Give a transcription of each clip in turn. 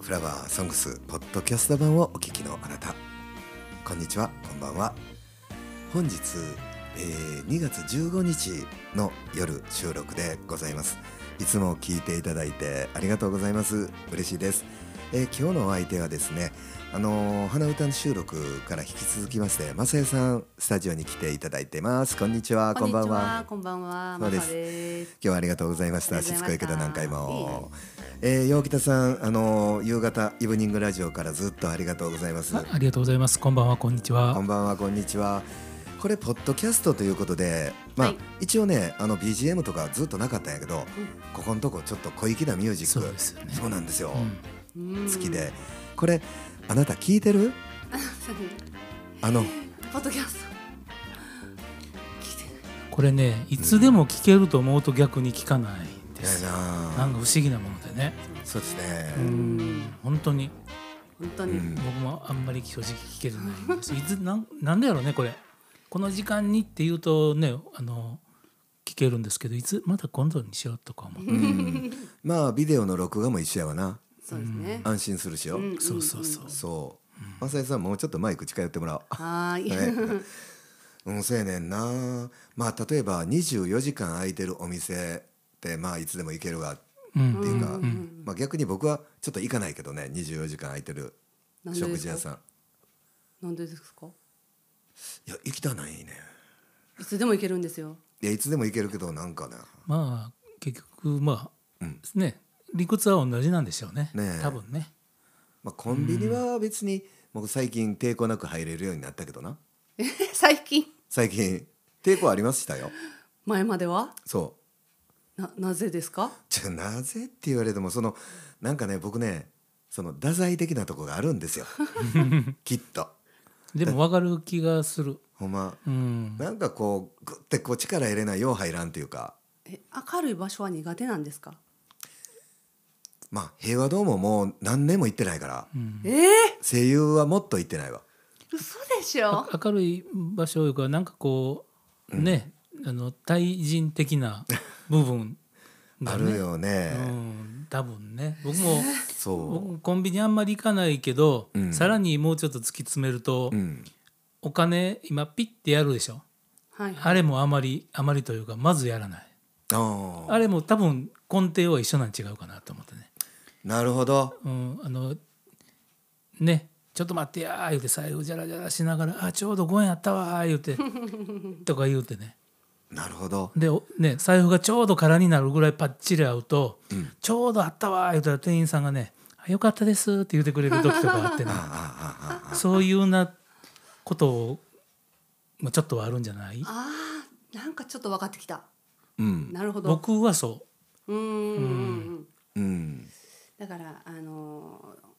フラワーソングスポッドキャスト版をお聞きのあなたこんにちはこんばんは本日、えー2月15日の夜収録でございますいつも聞いていただいてありがとうございます嬉しいです、えー今日のお相手はですねあのー花歌の収録から引き続きましてマサヤさんスタジオに来ていただいてますこんにちはこんばんはこんばんは。そうですマサです。今日はありがとうございましあた。りしがつとうこいございましたけど何回も。えー、陽北さん、あのー夕方イブニングラジオからずっとありがとうございます。あありがとうございます。こんばんは、こんにちは。こんばんは、こんにちは。これポッドキャストということで、まあ、はい一応ね、あの BGM とかずっとなかったんやけど、うんここのとこちょっと小粋なミュージッそうク。ですよね。そうなんですよ。ううん好き。で、これあなた聞いてる？あの、ポッドキャスト。聞いてない。んこれね、いつでも聞けると思うと逆に聞かないんでやすよ。ななんか不思議なものでね。そうですうね。ん、本当に本当うに。ん僕もあんまり正直聞けてないんです。いつなんなんでやろうねこれ。この時間にっていうとね、あの聞けるんですけど、いつまた今度にしようとか思う。うん、まあビデオの録画も一緒やわな。そうですね。安心するしよ。んそうそうそう。そう、マサイさんもうちょっとマイク近寄っても らおう。はーい。ねうん、そうやねんな。まあ例えば24時間空いてるお店ってまあいつでも行けるわっうんていうか、うんうんまあ逆に僕はちょっと行かないけどね、24時間空いてるなんでですか食事屋さん。 なんでですか。いや行きたないね。いつでも行けるんですよ。いやいつでも行けるけどなんかな。まあ結局まあ、うんね理屈は同じなんでしょうね。ねえ多分ね。まあコンビニは別に僕最近抵抗なく入れるようになったけどな。最近。最近抵抗ありましたよ。前までは。そう。な、なぜですか。じゃあなぜって言われてもそのなんかね僕ねその太宰的なとこがあるん ですよきっとでも分かる気がする。ほんまうん。なんかこうグッてこう力入れないよう入らんっていうかえ、明るい場所は苦手なんですか。まあ平和どうももう何年も行ってないから、ええ声優はもっと行ってないわー、嘘でしょ。あ明るい場所いうかなんかこうね、あの対人的 な部分あがねるよねう、ん、多分ね僕もそ僕コンビニあんまり行かないけど、うんさらにもうちょっと突き詰めると、ううんお金今ピッてやるでしょはい。あれもあまりあまりというかまずやらないあああれも多分根底は一緒なん違うかなと思ってね、なるほどうん、あのねちょっと待ってやー言うて財布じゃらじゃらしながら「あちょうど5円あったわ」言うてとか言うてねなるほどで、おね、財布がちょうど空になるぐらいパッチリ合うと、ちょうどあったわー言うたら店員さんがね「あよかったです」って言ってくれる時とかあってねそういうようなことをもちょっとはあるんじゃないああ、なんかちょっと分かってきた。うんなるほど。僕はそうーんうんうん。うんだからあのー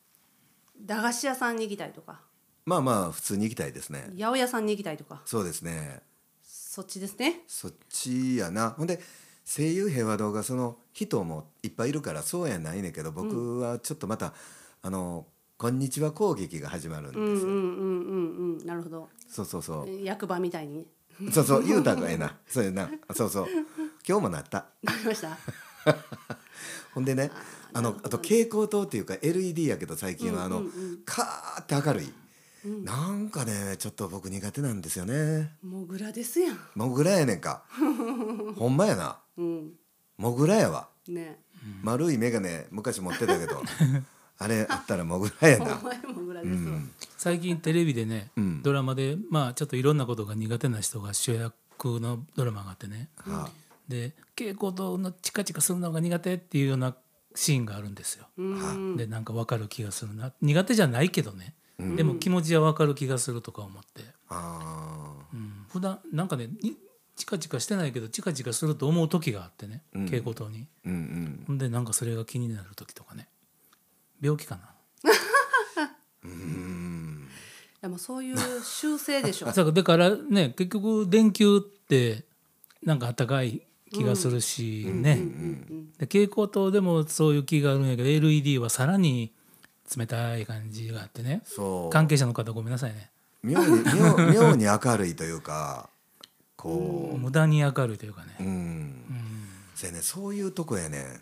駄菓子屋さんに行きたいとかまあまあ普通に行きたいですね八百屋さんに行きたいとかそうですねそっちですねそっちやなほんで声優平和堂がその人もいっぱいいるからそうやないねんけど僕はちょっとまた、あの「こんにちは」攻撃が始まるんですうんうんよ、うんうんうんなるほどそうそうそ役場みたいにうそうそう言うたんがええなそうやなそうそう今日もなったなりましたほんでねあーあのなるほあとど蛍光灯っていうか LED やけど最近はあの、うんうんうんカーって明るい、なんかねちょっと僕苦手なんですよねモグラですやんモグラやねん かほんまやなうんモグラやわね丸い眼鏡昔持ってたけどあれあったらモグラやおな前モグラですわ最近テレビでね、うんドラマでまあちょっといろんなことが苦手な人が主役のドラマがあってねはで蛍光灯のチカチカするのが苦手っていうようなシーンがあるんですよ。うんうんでなんか分かる気がするな苦手じゃないけどね、でも気持ちは分かる気がするとか思って、あうん、普段なんかねにチカチカしてないけどチカチカすると思う時があってねうん蛍光灯に、ーうんうんほんでなんかそれが気になる時とかね病気かなでもそういう修正でしょ だからだからね結局電球ってなんかあったかい気がするしね、うんで蛍光灯でもそういう気があるんやけど LED はさらに冷たい感じがあってねそう関係者の方ごめんなさいね妙に妙妙に明るいというかこ無駄に明るいというかううね、ん、そうやねそういうとこやね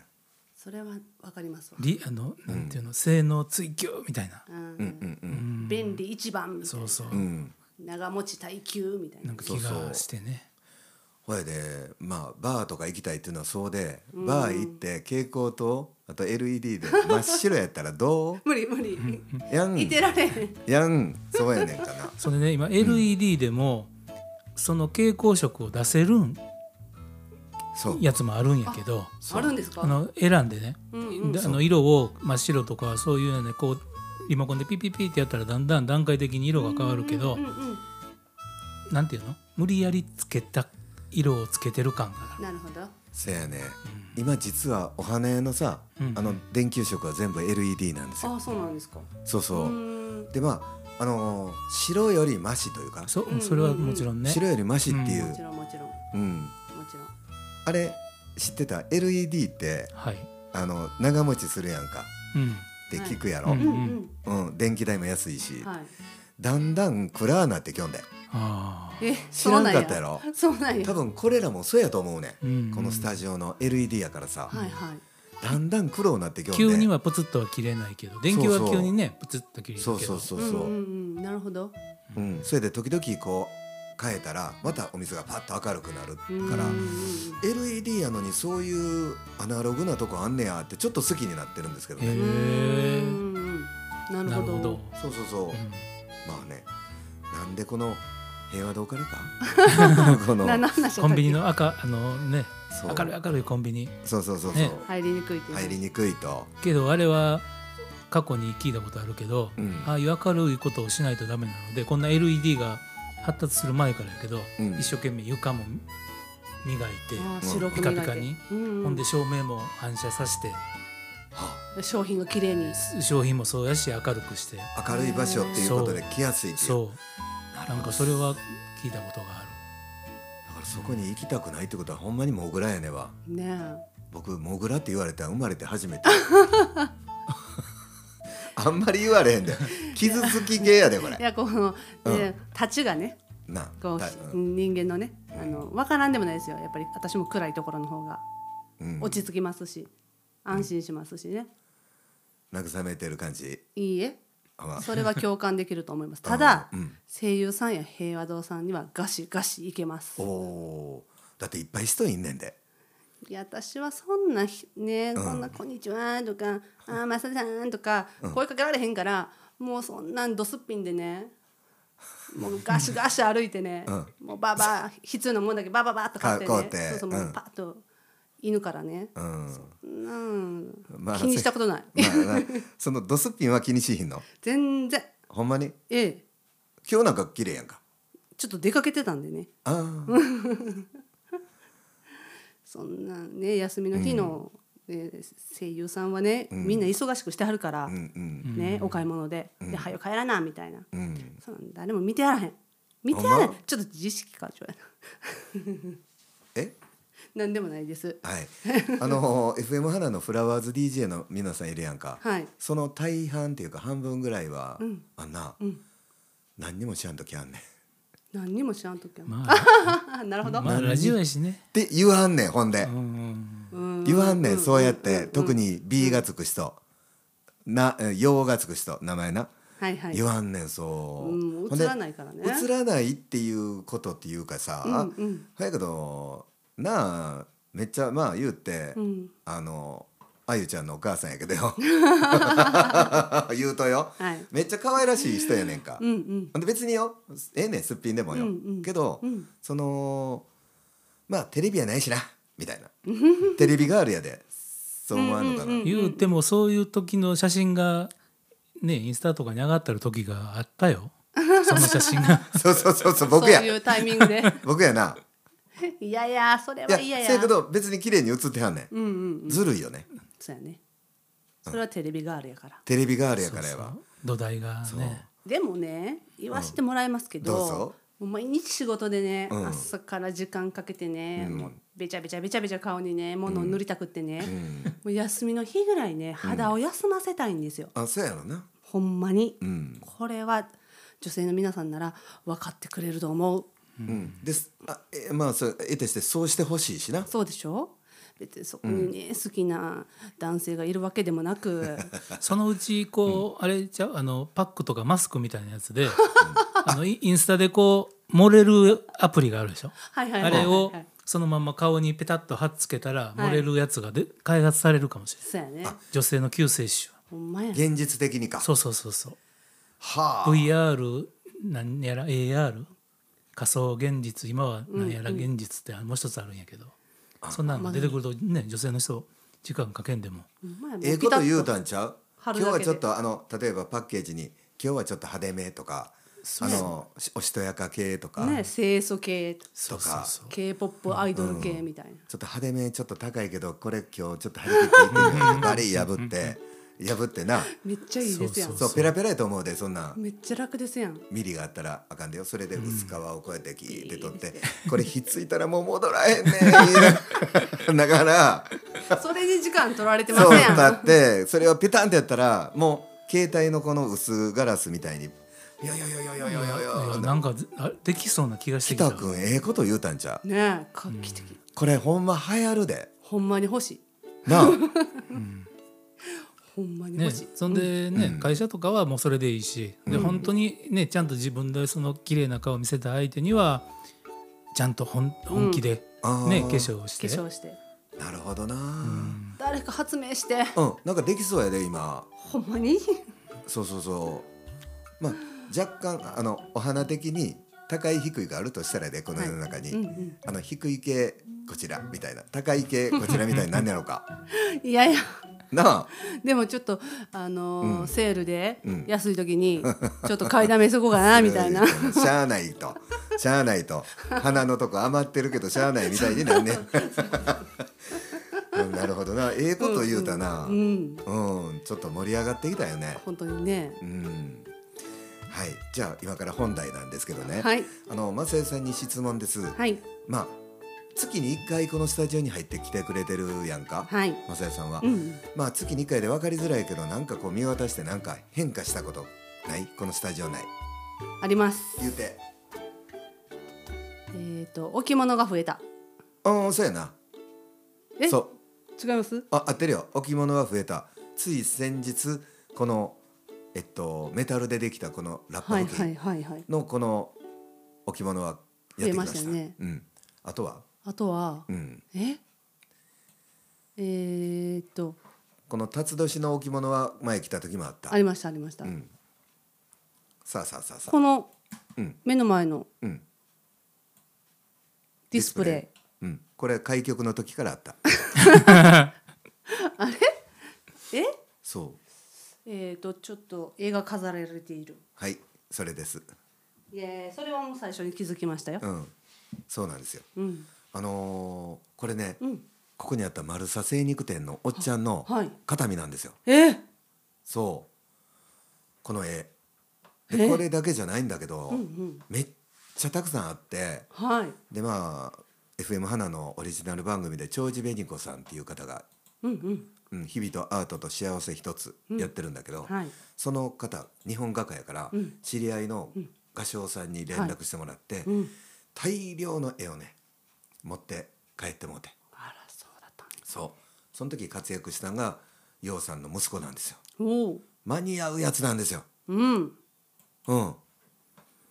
それはわかりますわ、りあのなんていうの、性能追求みたいな、ううんんうんうん便利一番みたいそうなそう、うん長持ち耐久みたいななんか気がしてねほやでまあバーとか行きたいっていうのはそうでバー行って蛍光灯あと LED で真っ白やったらど無理無理うやんいてられへんやんそうやねんかなそれね今 LED でも、その蛍光色を出せるんそうやつもあるんやけどあるんですかあの選んでね、うんうんであの色を真っ白とかそういうのねこうリモコンでピピピってやったらだんだん段階的に色が変わるけど、うんうんなんていうの無理やりつけた色をつけてる感があるなるほどそうやね今実はお花屋のさうんあの電球色は全部 LED なんですよあそうなんですかそううそうーんでまああのー白よりマシというかそ,、ううんうんそれはもちろんね白よりマシっていもうちろんもちろんもうんちろんあれ知ってた LED ってはい、あの長持ちするやんかうん、って聞くやうろんうんうんうん電気代も安いしはいだんだん暗なってきょんであーえ知らんかったやそうろなんそうなんや多分これらもそうやと思うねうんんこのスタジオの LED やからさはいはいだんだん黒になってきょんで急にはプツッとは切れないけど電球そうはそう急にねプツッと切れるけそどうそうそううんそうんううんなるほどうんそれで時々こう変えたらまたお水がパッと明るくなるうんからうんうん LED やのにそういうアナログなとこあんねやってちょっと好きになってるんですけどへねえうんうんうんなるなるほほどど、そうそうそううんまあねなんでこの平和堂からかこのな何話だったっけコンビニの赤あのねそう明るい明るいコンビニそうそうそうそう、ね入りにくいっていう入りにくいと、けどあれは過去に聞いたことあるけど、うんああいう明るいことをしないとダメなのでこんな LED が発達する前からやけど、うん一生懸命床も磨いて、あー白くピ磨カいピてカにうんほうんで照明も反射させては商品が綺麗に商品もそうやし明るくしてあ明るい場所っていうことで来やすいっていうそうなんかそれは聞いたことがあだからそこに行きたくないってことはほんまにモグラやねわね僕モグラって言われたら生まれて初め てあんまり言われへんで傷つき系やでこえいれやこのうんねたちがねなこうだ人間のねあのわからんでもないですよやっぱり私も暗いところの方がうん、落ち着きますし安心しますしね慰めてる感じいいえあまあそれは共感できると思いますただうん声優さんや平和堂さんにはガシガシいけますおおーだっていっぱい人いんねんでいや私はそんなひねんそんな「こんにちは」とか「ああまささん」とか声かけられへんからもうそんなんドすっぴんで ねもうガシガシ歩いてね、うもうバーバー必要なもんだけバーバーバーっと買ってねあ買うてそうそうもううんパッと犬からね、うんうんまあ気にしたことない、まあなそのドスッピンは気にしひんの全然ほんまにええ今日なんか綺麗やんかちょっと出かけてたんでねあーそんなね休みの日の、ね声優さんはね、みんな忙しくしてはるから、うんうんね、お買い物で「で早く帰らな」みたいな、うんそん誰も見てやらへん見てやらへほんんまちょっと自意識過剰やえな なんでもないですはいあの FM 花のフラワーズ DJ の皆さんいるやんか、はいその大半っていうか半分ぐらいは、んあんな、ん何にも知らん時あんねんっ何にも知らんときやる、な、まあ、 なるほあ、 ど、まあラジオやしね、て言わんねんほんで、うんうん、うん言わんねん、うそうやって、うん特に B がつく人、なえ用がつく人名前な、はいはい言わんねんそう、うんほで映らないからね映らないっていうことっていうかさ、うんうん早いけどなあめっちゃまあ言うて、うんあのあゆちゃんのお母さんやけど よ言うとよ、はいめっちゃ可愛らしい人やねんか、うんうんほんで別によええねんすっぴんでもよ、うんうんけど、うんそのまあテレビやないしなみたいな テレビガールやでそう思わんのかな、うん 言うてもそういう時の写真がねインスタとかに上がってる時があった よその 写真がそうそうそうそう僕やそういうタイミングで僕やないやいやそれいやはいやいやせやけど別に綺麗に映ってはんねん、うんうんずるいよねそうやねそれはテレビガールやからテレビガールやからやわ土台がねでもね言わしてもらいますけど,、うんどうぞもう毎日仕事でね、うん朝から時間かけてね、うんもうべちゃべちゃべちゃべちゃ顔にね物を塗りたくってね、うん、もう休みの日ぐらいね肌を休ませたいんですよ、あそうやろなほんまに、うん、これは女性の皆さんなら分かってくれると思ううん、ですあえまあそう得てしてそうしてほしいしなそうでしょ別にそこにね、好きな男性がいるわけでもな くそのうちこう、あれちゃうあのパックとかマスクみたいなやつで、 あのイインスタでこう盛れるアプリがあるでしょ。はいはいあはいはいれをはいそのまま顔にペタッと貼っつけたはらい盛れるやつがで開発されるかもしれない。そうやね女性の救世主。ほんまや現実的にかそうそうそうそう。はあ VR 何やら AR 仮想現実今は何やら現実ってもう一つあるんやけど、そんなの出てくるとね女性の人時間かけんでもほんまやもうええピこタとッ言うたんちゃう貼今日るだけではちょっとあの例えばパッケージに「今日はちょっと派手め」とか「あのしおしとやか系」とか、ね清楚系そうそうそう k p o p アイドル系みたいな、ちょっと派手めちょっと高いけどこれ今日ちょっと派手めって言ってみようバリ破って破ってなめっちゃいいですやんそうそうペラペラやと思うでそんなんめっちゃ楽ですやんミリがあったらあかんでよそれで薄皮をこうやって切って取って、これひっついたらもう戻らへんねんだからそれに時間取られてまそすうやんだってそれをピタンってやったらもう携帯のこの薄ガラスみたいに「いやいやいやいやいやいやいやいやなんかあできそうな気がしてきた北君ええこと言うたんちゃうねえ画期的、これほんま流行るでほんまに欲しいなあほんまにね欲しい、、そんでね、会社とかはもうそれでいいし、で本当にねちゃんと自分でその綺麗な顔を見せた相手にはちゃんと本本気で、ねあー化粧をし化て粧して なるほどな誰か発明してうんなんかできそうやで今ほんまにそうそうそうまあ若干あのお花的に高い低いがあるとしたらでこの世の中に、うんうんあの低い系こちらみたいな高い系こちらみたいになんねやろう かいやいやなあでもちょっとあのーセールでうん安い時にちょっと買いだめしとこう かなみたいなしゃあないとしゃあないと花のとこ余ってるけどしゃあないみたいになん ねんうんなるほどなええこと言うたなううん、んちょっと盛り上がってきたよね本当にねうんはいじゃあ今から本題なんですけどね、はいあのマサイさんに質問です、はいまあ月に1回このスタジオに入ってきてくれてるやんか、はいマサイさんは、うんまあ月2回で分かりづらいけどなんかこう見渡してなんか変化したことないこのスタジオ内あります言うてえっ、と置物が増えたうんそうやなえそう違いますあ合ってるよ置物が増えたつい先日このえっとメタルでできたこのラッパはい付はい近はいはいのこの置物はやってきました増えましたよねうん、あとは、あとはうん、ええー、っとこの辰年の置物は前来た時もあったありましたありました、うんさあさあさあさあこのうん目の前のうんディスプレイうん、これ開局の時からあったえそうえー、とちょっと絵が飾られているはいそれですいやそれはもう最初に気づきましたよう、んそうなんですようんあのーこれね、うん、ここにあった丸さ精肉店のおっちゃんのははい形見なんですよえー、そうこの絵えでこれだけじゃないんだけど、うんうんめっちゃたくさんあってはいでまあ FM 花のオリジナル番組で長寿紅子さんっていう方が、うんうんうん、日々とアートと幸せ一つやってるんだけど、はいその方日本画家やから、うん知り合いの画商さんに連絡してもらって、うん大量の絵をね持って帰ってもうてあらそうだったねそうその時活躍したのが陽さんの息子なんですよおお間に合うやつなんですようんうん、今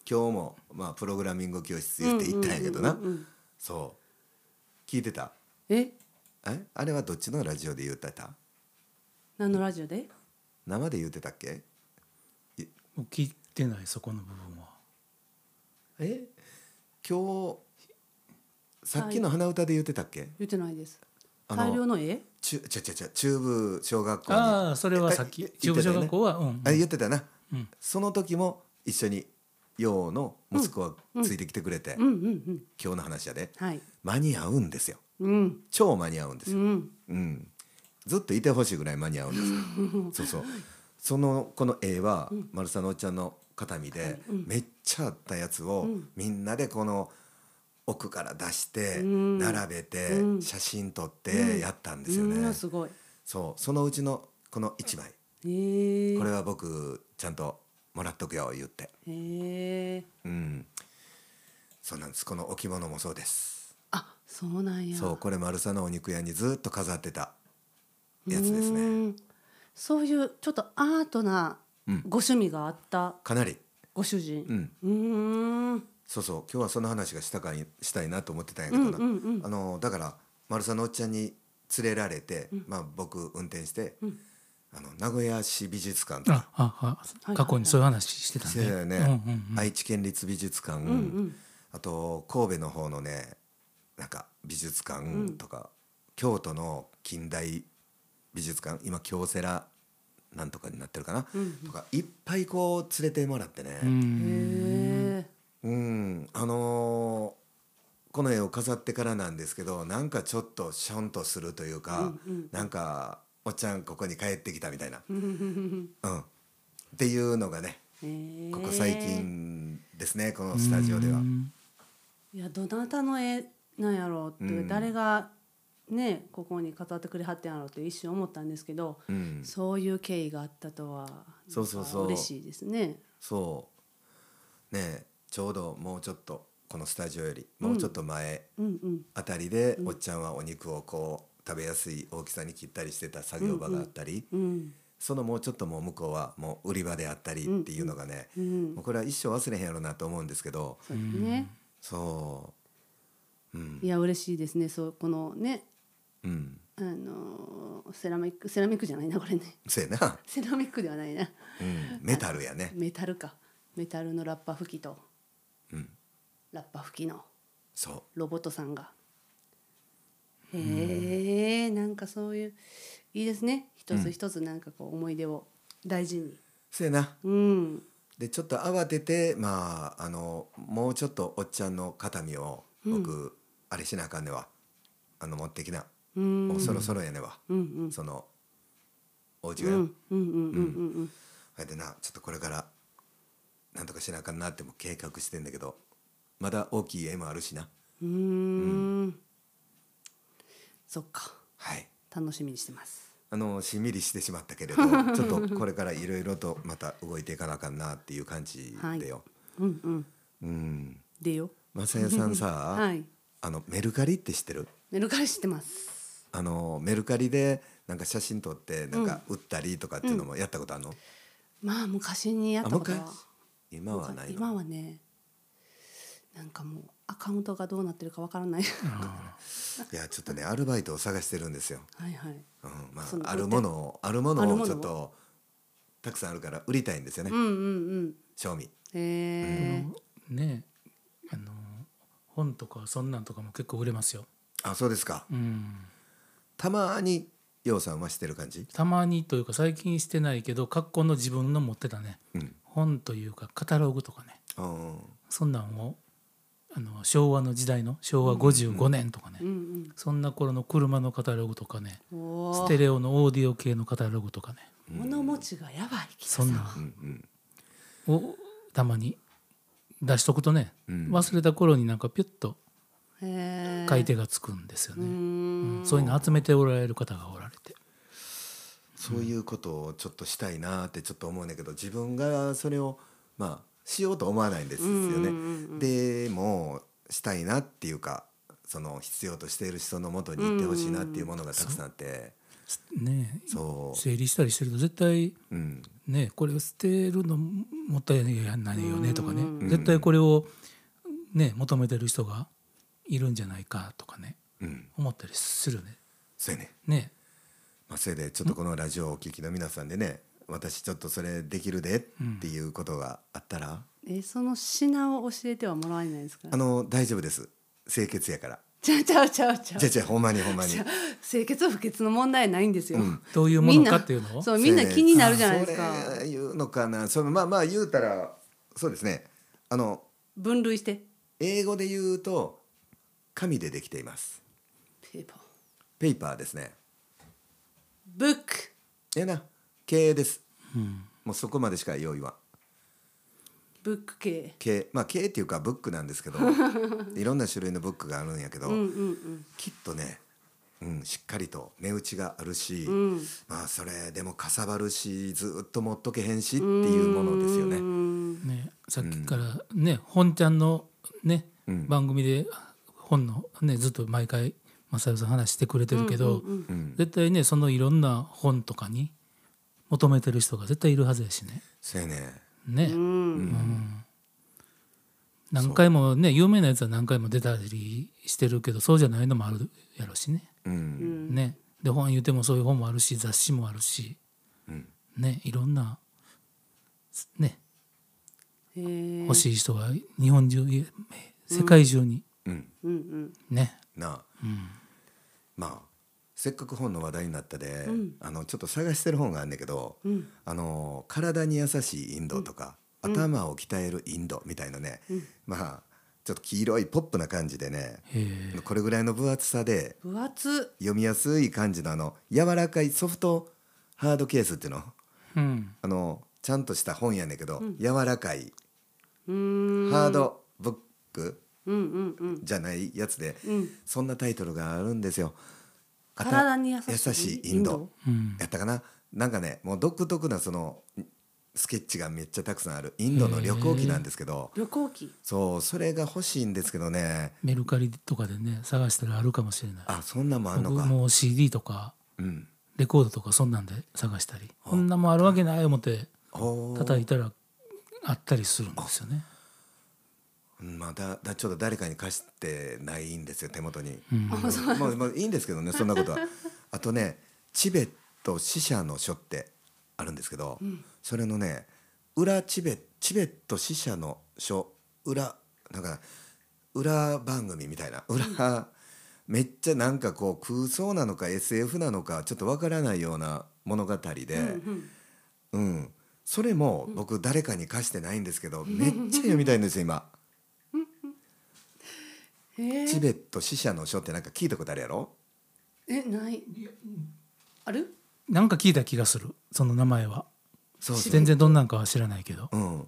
日も、まあ、プログラミング教室行って行ったんやけどな、うんうんうんうんそう聞いてたええあれはどっちのラジオで言ってた何のラジオで生で言ってたっけもう聞いてないそこの部分はえ今日さっきの鼻歌で言ってたっけ、言ってないですあの大量の絵ちゅちゃちゃちゃ中部小学校にああそれはさっきええ中部小学校はうんあ言ってたな、うんその時も一緒に陽の息子がついてきてくれて、うんうんうん今日の話やではい間に合うんですようん超間に合うんですうよ、んうん、ずっといてほしいぐらい間に合 うんですよそうそうそのこの絵は丸さんのおっちゃんの形見で、めっちゃあったやつを、みんなでこの奥から出して、ん並べて、うん写真撮ってやったんですよね、うんすごいそうそのうちのこの1枚、えー、これは僕ちゃんともらっとくよ言って、へえうん、そうなんですこの置物もそうですあそうなんやそうこれ丸さのお肉屋にずっと飾ってたやつですうねんそういうちょっとアートなうんご趣味があったかなりご主人うんうーんうんそうそう今日はその話がしたかいしたいなと思ってたんやけどな、うんうんうんあのだから丸さんのおっちゃんに連れられて、まあ、僕運転して、あの名古屋市美術館とかあいああ過去にそういう話してたんしで、てたよね、うんうんうん愛知県立美術館、あと神戸の方のねなんか美術館とか、京都の近代美術館今京セラなんとかになってるかな、とかいっぱいこう連れてもらってね。へえうん、あのーこの絵を飾ってからなんですけどなんかちょっとションとするというか、なんか「おっちゃんここに帰ってきた」みたい な、うん、っていうのがねへえここ最近ですねこのスタジオでは。いやどなたの絵なんやろうって、うん誰がねここに語ってくれはってんやろうって一瞬思ったんですけど、うん、そういう経緯があったとはそうそうそうなんか嬉しいですね。そうねえちょうどもうちょっとこのスタジオよりもうちょっと前うんうんあたりで、おっちゃんはお肉をこう食べやすい大きさに切ったりしてた作業場があったり。うんそのもうちょっともう向こうはもう売り場であったりっていうのがね、うんもうこれは一生忘れへんやろうなと思うんですけどそうですね。そううんいや嬉しいですね。そうこのねうんあのーセラミックセラミックじゃないなこれね。 そうやな、セラミックではないな。うん、メタルやねメタルかメタルのラッパ吹きと、うんラッパ吹きのそロボットさんが。へえ、なんかそういういいですね。一つ一つなんかこう思い出を大事に。うそうやなうん。でちょっと慌ててまああのもうちょっとおっちゃんの肩身を僕、あれしなあかんねわあの持ってきな、うん。もうそろそろやねわ、うんうん。そのお家うがよ、んうんうんうんうんあれでなちょっとこれからなんとかしなあかんなっても計画してんだけどまだ大きい絵もあるしなうん。うーん。そっか。はい楽しみにしてます。あのしんみりしてしまったけれどちょっとこれからいろいろとまた動いていかなあかんなっていう感じだよ、うんうん。うんでよ。マサヤさんさ、 はい。あのメルカリって知ってるメルカリ知ってます。あのメルカリでなんか写真撮ってなんか売ったりとかっていうのもやったことあるの、まあ昔にやっあたもうこ一と回は。今はないの今はねなんかもうアカウントがどうなってるかわからないいやちょっとねアルバイトを探してるんですよ、はいはいうんまそのあ、あるものをあるもあるのものををちょっとたくさんあるから売りたいんですよね、うんうんうん賞味えーねあの本とかそんなんとかも結構売れますよ、あそうですかうん、たまにようさんはしてる感じたまにというか最近してないけど格好の自分の持ってたねうん本というかカタログとかねうんそんなんをあの昭和の時代の昭和55年とかね、うんそんな頃の車のカタログとかねうんおスーテレオのオーディオ系のカタログとかね物持ちがやばいきそんなうんうんんをたまに出しとくとね、うん忘れた頃になんかピュッとえー買い手がつくんですようーね、んそういうの集めておられる方がおられてそういうことをちょっとしたいなってちょっと思うんだけど自分がそれをまあしようと思わないんですよね。でもしたいなっていうかその必要としている人のもとに行ってほしいなっていうものがたくさんあってねえそ整理したりしてると絶対う、うん、ねえこれを捨てるのもったいないよねとかね絶対これをねえ求めてる人がいるんじゃないかとかねうん、思ったりするよね。そうやね。ねまあ、それでちょっとこのラジオをお聞きの皆さんでね私ちょっとそれできるでっていうことがあったら、えーその品を教えてはもらえないんですかあの大丈夫です清潔やから。ちゃうちゃうちゃうちゃうじゃあじゃあほんまにほん まにちゃう。清潔不潔の問題ないんですよ、どういうもみんのなかっていうのをそうみんな気になるじゃないですかそれ言うのかな。そのまあまあ言うたらそうですね。あの分類して英語で言うと紙でできています。ペーパーペーパーですね。ブックええな経営です。もうそこまでしか用意は。ブック系経営まあ経営っていうかブックなんですけ ど、いろんな種類のブックがあるんやけど、うんうんきっとね。うん、しっかりと値打ちがあるし、まあそれでもかさばるしずっと持っとけへんしっていうものですよね。うんねさっきからね、本ちゃんのね、番組で本の、ね、ずっと毎回正代さん話してくれてるけど、うんうんうん絶対ねそのいろんな本とかに求めてる人が絶対いるはずやしねそうやねね、うんうん何回もね有名なやつは何回も出たりしてるけどそうじゃないのもあるやろしね。うん、ねで本言うてもそういう本もあるし雑誌もあるし、うんねいろんな、ね、へー欲しい人が日本中いえ世界中にうん、うんうんね、なあ、まあせっかく本の話題になったで、あのちょっと探してる本があんねんけど、あの体に優しいインドとか、頭を鍛えるインドみたいなね、まあちょっと黄色いポップな感じでねへこれぐらいの分厚さで分厚読みやすい感じのあの柔らかいソフトハードケースっていうのうん、あのちゃんとした本やねんけど、柔らかいうーんハードブックうんうんうんじゃないやつで、んそんなタイトルがあるんですよ。あた体に優しいインドインドうん、やったかななんかねもう独特なそのスケッチがめっちゃたくさんあるインドの旅行記なんですけど旅行記そうそれが欲しいんですけどねメルカリとかでね探したらあるかもしれないあそんなんもあんの僕か。も CD とかうん、レコードとかそんなんで探したりこんなもんあるわけない思っておー叩いたらあったりするんですよね。うんまあだだちょっと誰かに貸してないんですよ手元に。うんまあまあいいんですけどねそんな ことは。あとねチベット死者の書ってあるんですけど、それのね裏チベチベット死者の書裏なんか裏番組みたいな裏、めっちゃなんかこう空想なのか SF なのかちょっとわからないような物語で、うんそれも僕誰かに貸してないんですけど、めっちゃ読みたいんですよ今。へーチベット死者の書ってなんか聞いたことあるやろえないあるなんか聞いた気がするその名前はそうそう全然どんなんかは知らないけど、うん、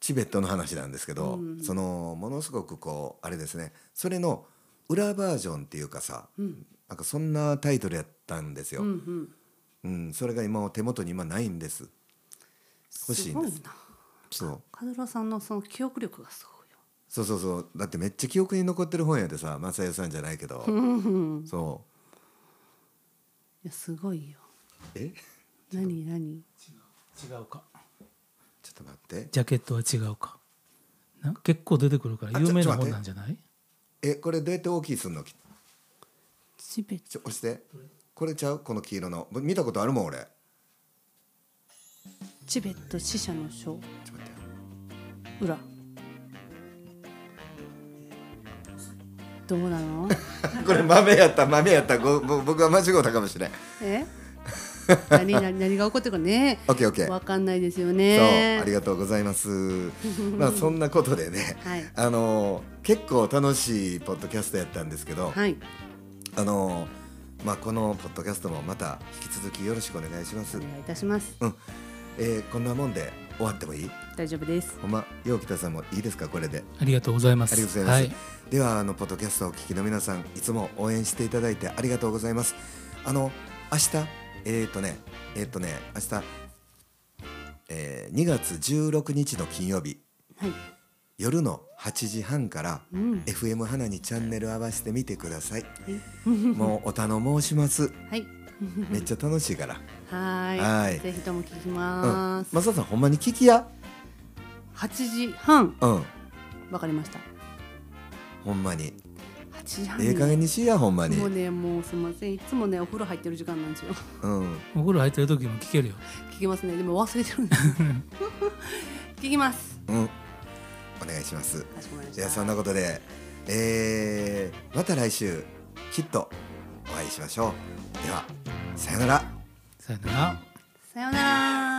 チベットの話なんですけど、そのものすごくこうあれですねそれの裏バージョンっていうかさ、なんかそんなタイトルやったんですよ、ううんうんんそれが今手元に今ないんです欲しいんですすごいそなうカズラさんのその記憶力がすごいよそうそうそうだってめっちゃ記憶に残ってる本やでさ正代さんじゃないけど、そいやすごいようえ何何違うかちょっと待ってジャケットは違うかな結構出てくるからあちょ有名ちょなっと待っ本てなんじゃないえこれどうやって大きいすんのきチベッちょ押してこれちゃうこの黄色の見たことあるもん俺ちょチベット死者の書っと待って裏どう なのこれ豆やった豆やったごぼ僕は間違ったかもしれんえ何何何が起こってるかねオッケーオッケーわかんないですよそうねありがとうございます まあそんなことでね、はいあのー結構楽しいポッドキャストやったんですけど、はいあのーまあこのポッドキャストもまた引き続きよろしくお願いしますお願いいたしますうん、えーこんなもんで終わってもいい大丈夫ですほんま陽北さんもいいですかこれでありがとうございますありがとうございます、はではあのポッドキャストをお聞きの皆さんいつも応援していただいてありがとうございますあの明日えっ、とねえっ、とね明日、えー2月16日の金曜日はい夜の8時半から、うん FM 花にチャンネル合わせてみてくださいもうお頼申しますはいめっちゃ楽しいからはーいはいぜひとも聞きうまんす、マサさんほんまに聞きや8時半うんわかりましたほんまに8時半ええ加減にしやほんまにもうねもうすみませんいつもねお風呂入ってる時間なんですよ うんい、お風呂入ってる時も聞けるよ聞きますねでも忘れてるんです 聞きますうんお願いしますかしこまりましじゃたあそんなことで、えーまた来週きっとお会いしましょうではさようならさよならさようなら